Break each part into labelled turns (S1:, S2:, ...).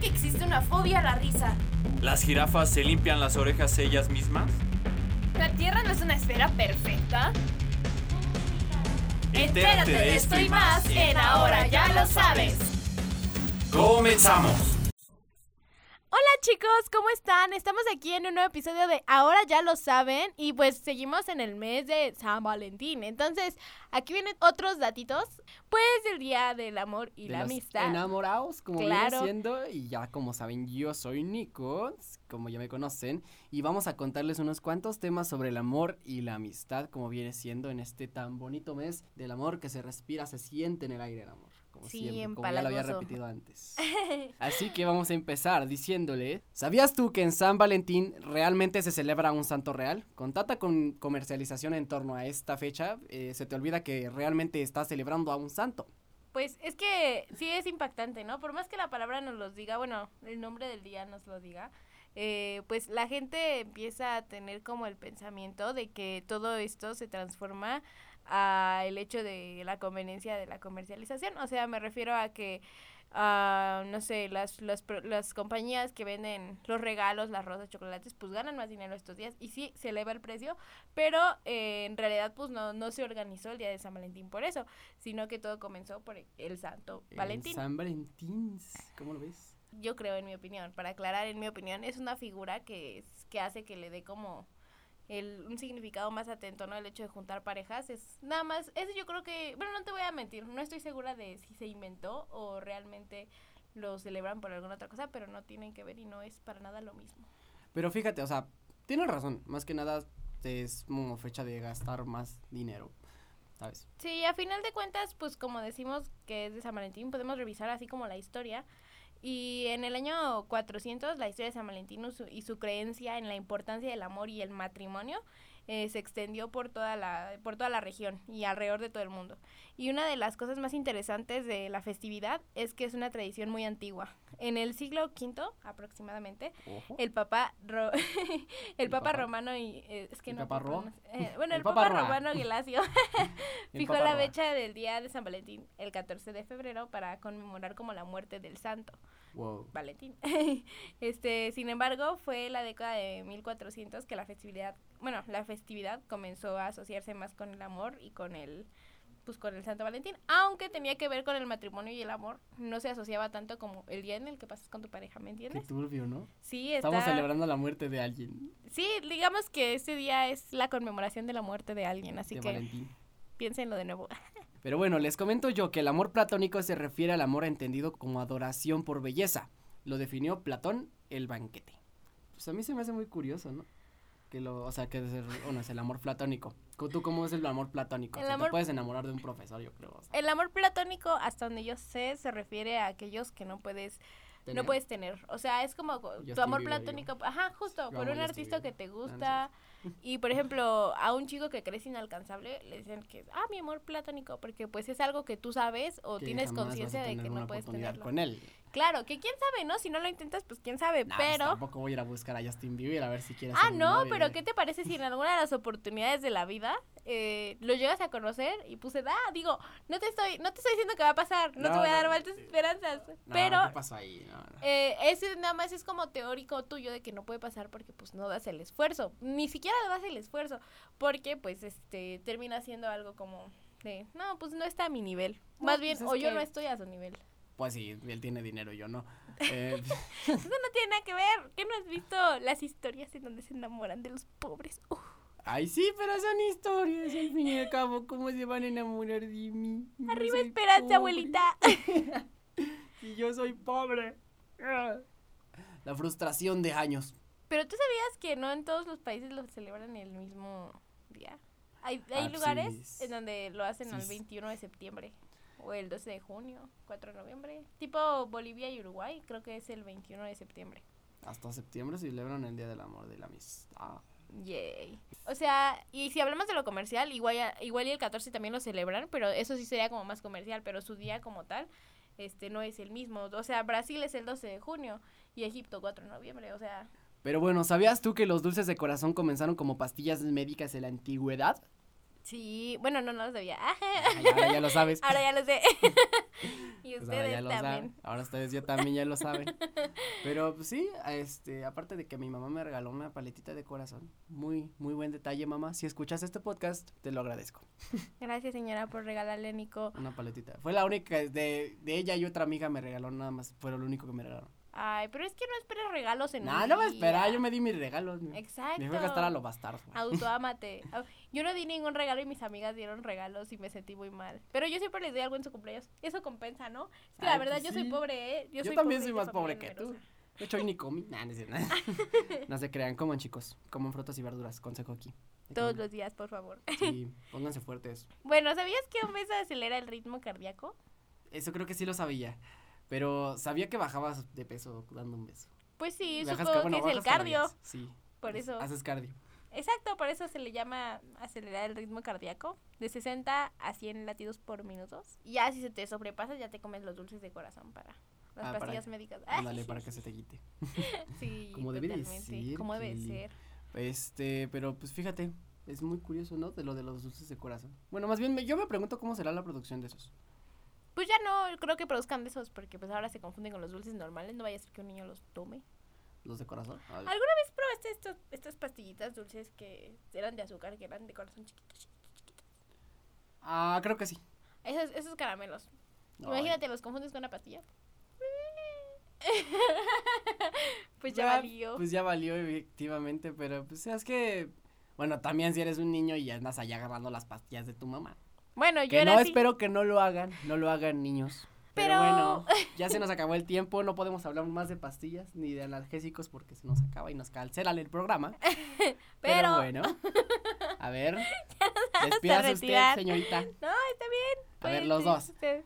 S1: que existe una fobia a la risa.
S2: ¿Las jirafas se limpian las orejas ellas mismas?
S1: La Tierra no es una esfera perfecta.
S2: Entérate de esto y más en Ahora Ya Lo Sabes. ¡Comenzamos!
S3: Hola chicos, ¿cómo están? Estamos aquí en un nuevo episodio de Ahora ya lo saben y pues seguimos en el mes de San Valentín. Entonces, aquí vienen otros datitos. Pues el Día del Amor y
S4: de
S3: la
S4: los
S3: Amistad.
S4: Enamorados, como
S3: Claro.
S4: viene siendo. Y ya, como saben, yo soy Nico, como ya me conocen. Y vamos a contarles unos cuantos temas sobre el amor y la amistad, como viene siendo en este tan bonito mes del amor que se respira, se siente en el aire el amor. Como
S3: Sí,
S4: siempre, como ya lo había
S3: empalagoso.
S4: repetido antes. Así que vamos a empezar diciéndole, ¿sabías tú que en San Valentín realmente se celebra un santo real? Con tanta con- comercialización en torno a esta fecha, eh, se te olvida que realmente estás celebrando a un santo.
S3: Pues es que sí es impactante, ¿no? Por más que la palabra nos los diga, bueno, el nombre del día nos lo diga, eh, pues la gente empieza a tener como el pensamiento de que todo esto se transforma a el hecho de la conveniencia de la comercialización. O sea, me refiero a que, ah, no sé, las, las, pro- las compañías que venden los regalos, las rosas, chocolates, pues ganan más dinero estos días y sí, se eleva el precio, pero eh, en realidad pues no, no se organizó el Día de San Valentín por eso sino que todo comenzó por el Santo
S4: El
S3: Valentín.
S4: San Valentín, ¿cómo lo ves?
S3: Yo creo, en mi opinión, para aclarar, en mi opinión, es una figura que, es- que hace que le dé como el, un significado más atento, ¿no? El hecho de juntar parejas es nada más, eso yo creo que, bueno, no te voy a mentir, no estoy segura de si se inventó o realmente lo celebran por alguna otra cosa, pero no tienen que ver y no es para nada lo mismo.
S4: Pero fíjate, o sea, tienes razón, más que nada es como fecha de gastar más dinero, ¿sabes?
S3: Sí, a final de cuentas, pues como decimos que es de San Valentín, podemos revisar así como la historia. Y en el año 400, la historia de San Valentín y su- y su creencia en la importancia del amor y el matrimonio eh, se extendió por toda, la, por toda la región y alrededor de todo el mundo. Y una de las cosas más interesantes de la festividad es que es una tradición muy antigua. En el siglo V aproximadamente,
S4: Ojo.
S3: el Papa Ro- el,
S4: El
S3: Papa,
S4: Papa.
S3: Romano y eh, es que
S4: ¿El
S3: no
S4: Papa Ro?
S3: pronuncio- eh, bueno, el,
S4: El
S3: Papa,
S4: Papa Roa.
S3: Romano Gelasio
S4: El
S3: fijó
S4: Papa
S3: la
S4: Roa.
S3: fecha del día de San Valentín, el 14 de febrero, para conmemorar como la muerte del santo
S4: Wow.
S3: Valentín. este, sin embargo, fue la década de 1400 que la festividad, bueno, la festividad comenzó a asociarse más con el amor y con el pues con el Santo Valentín, aunque tenía que ver con el matrimonio y el amor, no se asociaba tanto como el día en el que pasas con tu pareja, ¿me
S4: Qué
S3: entiendes?
S4: turbio, ¿no?
S3: Sí, está...
S4: Estamos celebrando la muerte de alguien,
S3: Sí, digamos que este día es la conmemoración de la muerte de alguien, así
S4: de
S3: que
S4: Valentín.
S3: piénsenlo de nuevo.
S4: Pero bueno, les comento yo que el amor platónico se refiere al amor entendido como adoración por belleza. Lo definió Platón el banquete. Pues a mí se me hace muy curioso, ¿no? Que lo, o sea, que es el, bueno, es el amor platónico. ¿Tú cómo es el amor platónico?
S3: El
S4: O sea,
S3: amor-
S4: Te puedes enamorar de un profesor, yo creo. o sea,
S3: El amor platónico, hasta donde yo sé, se refiere a aquellos que no puedes no
S4: tener-
S3: puedes tener. O sea, es como co-
S4: Justin
S3: tu amor
S4: Bieber,
S3: platónico, ajá, justo,
S4: Yo
S3: por
S4: amo
S3: un
S4: a Justin
S3: artista que
S4: Bieber. Ah,
S3: te
S4: no es
S3: gusta. Y por ejemplo, a un chico que crees inalcanzable, le dicen que, ah, mi amor platónico, porque pues es algo que tú sabes o
S4: que
S3: tienes
S4: jamás vas a
S3: conciencia de
S4: tener
S3: que
S4: una
S3: no puedes
S4: oportunidad
S3: tenerlo.
S4: Con él.
S3: Claro, que quién sabe, ¿no? Si no lo intentas, pues quién sabe,
S4: Nah, pues
S3: pero...
S4: tampoco voy a ir a buscar a Justin Bieber a ver si quiere
S3: Ah,
S4: ser mi
S3: no,
S4: novio,
S3: pero
S4: ¿eh?
S3: ¿qué te parece si en alguna de las oportunidades de la vida eh, lo llegas a conocer y puse, ah, digo, no te estoy, no te estoy diciendo que va a pasar, no, te
S4: No,
S3: voy a
S4: no,
S3: dar
S4: no,
S3: falsas
S4: sí.
S3: esperanzas,
S4: No,
S3: pero
S4: ¿Qué pasó ahí? No, no.
S3: eh, ese nada más es como teórico tuyo de que no puede pasar porque pues no das el esfuerzo, ni siquiera das el esfuerzo, porque pues este termina siendo algo como de, no, pues no está a mi nivel,
S4: No,
S3: más bien,
S4: pues es
S3: o yo
S4: que-
S3: no estoy a su nivel.
S4: Pues sí, él tiene dinero, yo no. Eh,
S3: Eso no tiene nada que ver, ¿qué no has visto las historias en donde se enamoran de los pobres? Uf.
S4: Ay, sí, pero son historias, al fin y al cabo, ¿cómo se van a enamorar de mí? Yo
S3: Arriba
S4: soy
S3: esperanza,
S4: pobre,
S3: abuelita.
S4: Y yo soy pobre. Ah. La frustración de años.
S3: Pero tú sabías que no en todos los países lo celebran el mismo día. Hay, hay
S4: Ah, pues,
S3: lugares
S4: sí, es-
S3: en donde lo hacen
S4: sí,
S3: el
S4: es-
S3: 21 de septiembre o el 12 de junio, 4 de noviembre. Tipo Bolivia y Uruguay, creo que es el 21 de septiembre.
S4: Hasta septiembre se celebran el Día del Amor de la Amistad.
S3: Yay. O sea, y si hablamos de lo comercial, igual, ya- igual y el 14 también lo celebran, pero eso sí sería como más comercial, pero su día como tal este no es el mismo. O sea, Brasil es el 12 de junio y Egipto 4 de noviembre, o sea...
S4: Pero bueno, ¿sabías tú que los dulces de corazón comenzaron como pastillas médicas en la antigüedad?
S3: Sí, bueno, no, Ah, no lo sabía.
S4: Ay, ahora ya lo sabes.
S3: Ahora ya lo sé. y
S4: Pues ahora
S3: ustedes
S4: ya lo
S3: también.
S4: saben. Ahora ustedes ya también ya lo saben. Pero pues, sí, a este, aparte de que mi mamá me regaló una paletita de corazón. Muy, muy buen detalle, mamá. Si escuchas este podcast, te lo agradezco.
S3: Gracias, señora, por regalarle a Nico.
S4: Una paletita. Fue la única de, de ella y otra amiga me regaló nada más. Fue lo único que me regalaron.
S3: Ay, pero es que no esperes regalos en
S4: No,
S3: un
S4: no me
S3: día.
S4: esperaba, yo me di mis regalos. Me
S3: Exacto.
S4: me fui a gastar a los bastardos. güey.
S3: Autoámate. Au- Yo no di ningún regalo y mis amigas dieron regalos y me sentí muy mal. Pero yo siempre les doy algo en su cumpleaños. Eso compensa, ¿no? Es que la
S4: Ay,
S3: verdad
S4: pues
S3: yo soy
S4: sí.
S3: pobre, ¿eh? Yo,
S4: Yo,
S3: soy
S4: también
S3: pobre
S4: soy
S3: y de
S4: más pobre
S3: familia
S4: que tú.
S3: numerosa.
S4: De hecho, hoy ni comí. Nah, no, es cierto. no se crean, coman chicos. Coman frutas y verduras, consejo aquí.
S3: Todos los días, por favor.
S4: Sí, pónganse fuertes.
S3: Bueno, ¿sabías que un beso acelera el ritmo cardíaco?
S4: Eso creo que sí lo sabía. Pero sabía que bajabas de peso dando un beso.
S3: Pues sí,
S4: Bajas
S3: supongo
S4: bueno,
S3: que es el
S4: bajas
S3: cardio.
S4: calorías, Sí.
S3: Por
S4: Haces-
S3: eso.
S4: Haces cardio.
S3: Exacto, por eso se le llama acelerar el ritmo cardíaco de 60 a 100 latidos por minuto. Y ya si se te sobrepasa, ya te comes los dulces de corazón para las
S4: Ah, para
S3: pastillas
S4: que-
S3: médicas.
S4: Ándale, para que se te quite.
S3: Sí,
S4: Como debe de
S3: totalmente,
S4: ser,
S3: Como debe de
S4: Kelly.
S3: ser.
S4: Este, pero pues fíjate, es muy curioso, ¿no? De lo de los dulces de corazón. Bueno, más bien me- yo me pregunto cómo será la producción de esos.
S3: Pues ya no creo que produzcan de esos porque pues ahora se confunden con los dulces normales. No vaya a ser que un niño los tome.
S4: Los de corazón. Ay,
S3: Algo- ¿Una vez probaste estos, estas pastillitas dulces que eran de azúcar, que eran de corazón chiquito? chiquito?
S4: Ah, creo que sí.
S3: Esos, esos caramelos.
S4: Ay,
S3: Imagínate, los confundes con una pastilla. pues ya
S4: va-
S3: valió.
S4: Pues ya valió, efectivamente, pero pues es que... Bueno, también si eres un niño y andas allá agarrando las pastillas de tu mamá.
S3: bueno, yo
S4: Que
S3: era
S4: no,
S3: así.
S4: espero que no lo hagan, no lo hagan niños. Pero,
S3: Pero-
S4: bueno, ya se nos acabó el tiempo, no podemos hablar más de pastillas ni de analgésicos porque se nos acaba y nos cancelan el programa.
S3: Pero-
S4: bueno, a ver, despídase usted,
S3: retirar.
S4: señorita.
S3: No, está bien.
S4: A ver,
S3: puede
S4: los dos.
S3: decir usted.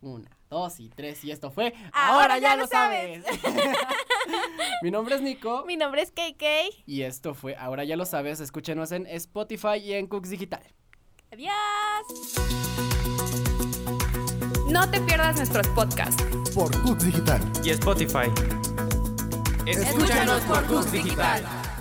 S4: Una, dos y tres, y esto fue
S3: Ahora ya lo sabes.
S4: Mi nombre es Nico
S3: Mi nombre es KK.
S4: y esto fue Ahora ya lo sabes, escúchenos en Spotify y en Cooks Digital.
S3: Adiós.
S2: No te pierdas nuestros podcasts.
S5: por Cook Digital.
S6: y Spotify.
S5: Escúchanos
S2: por Cooks Digital.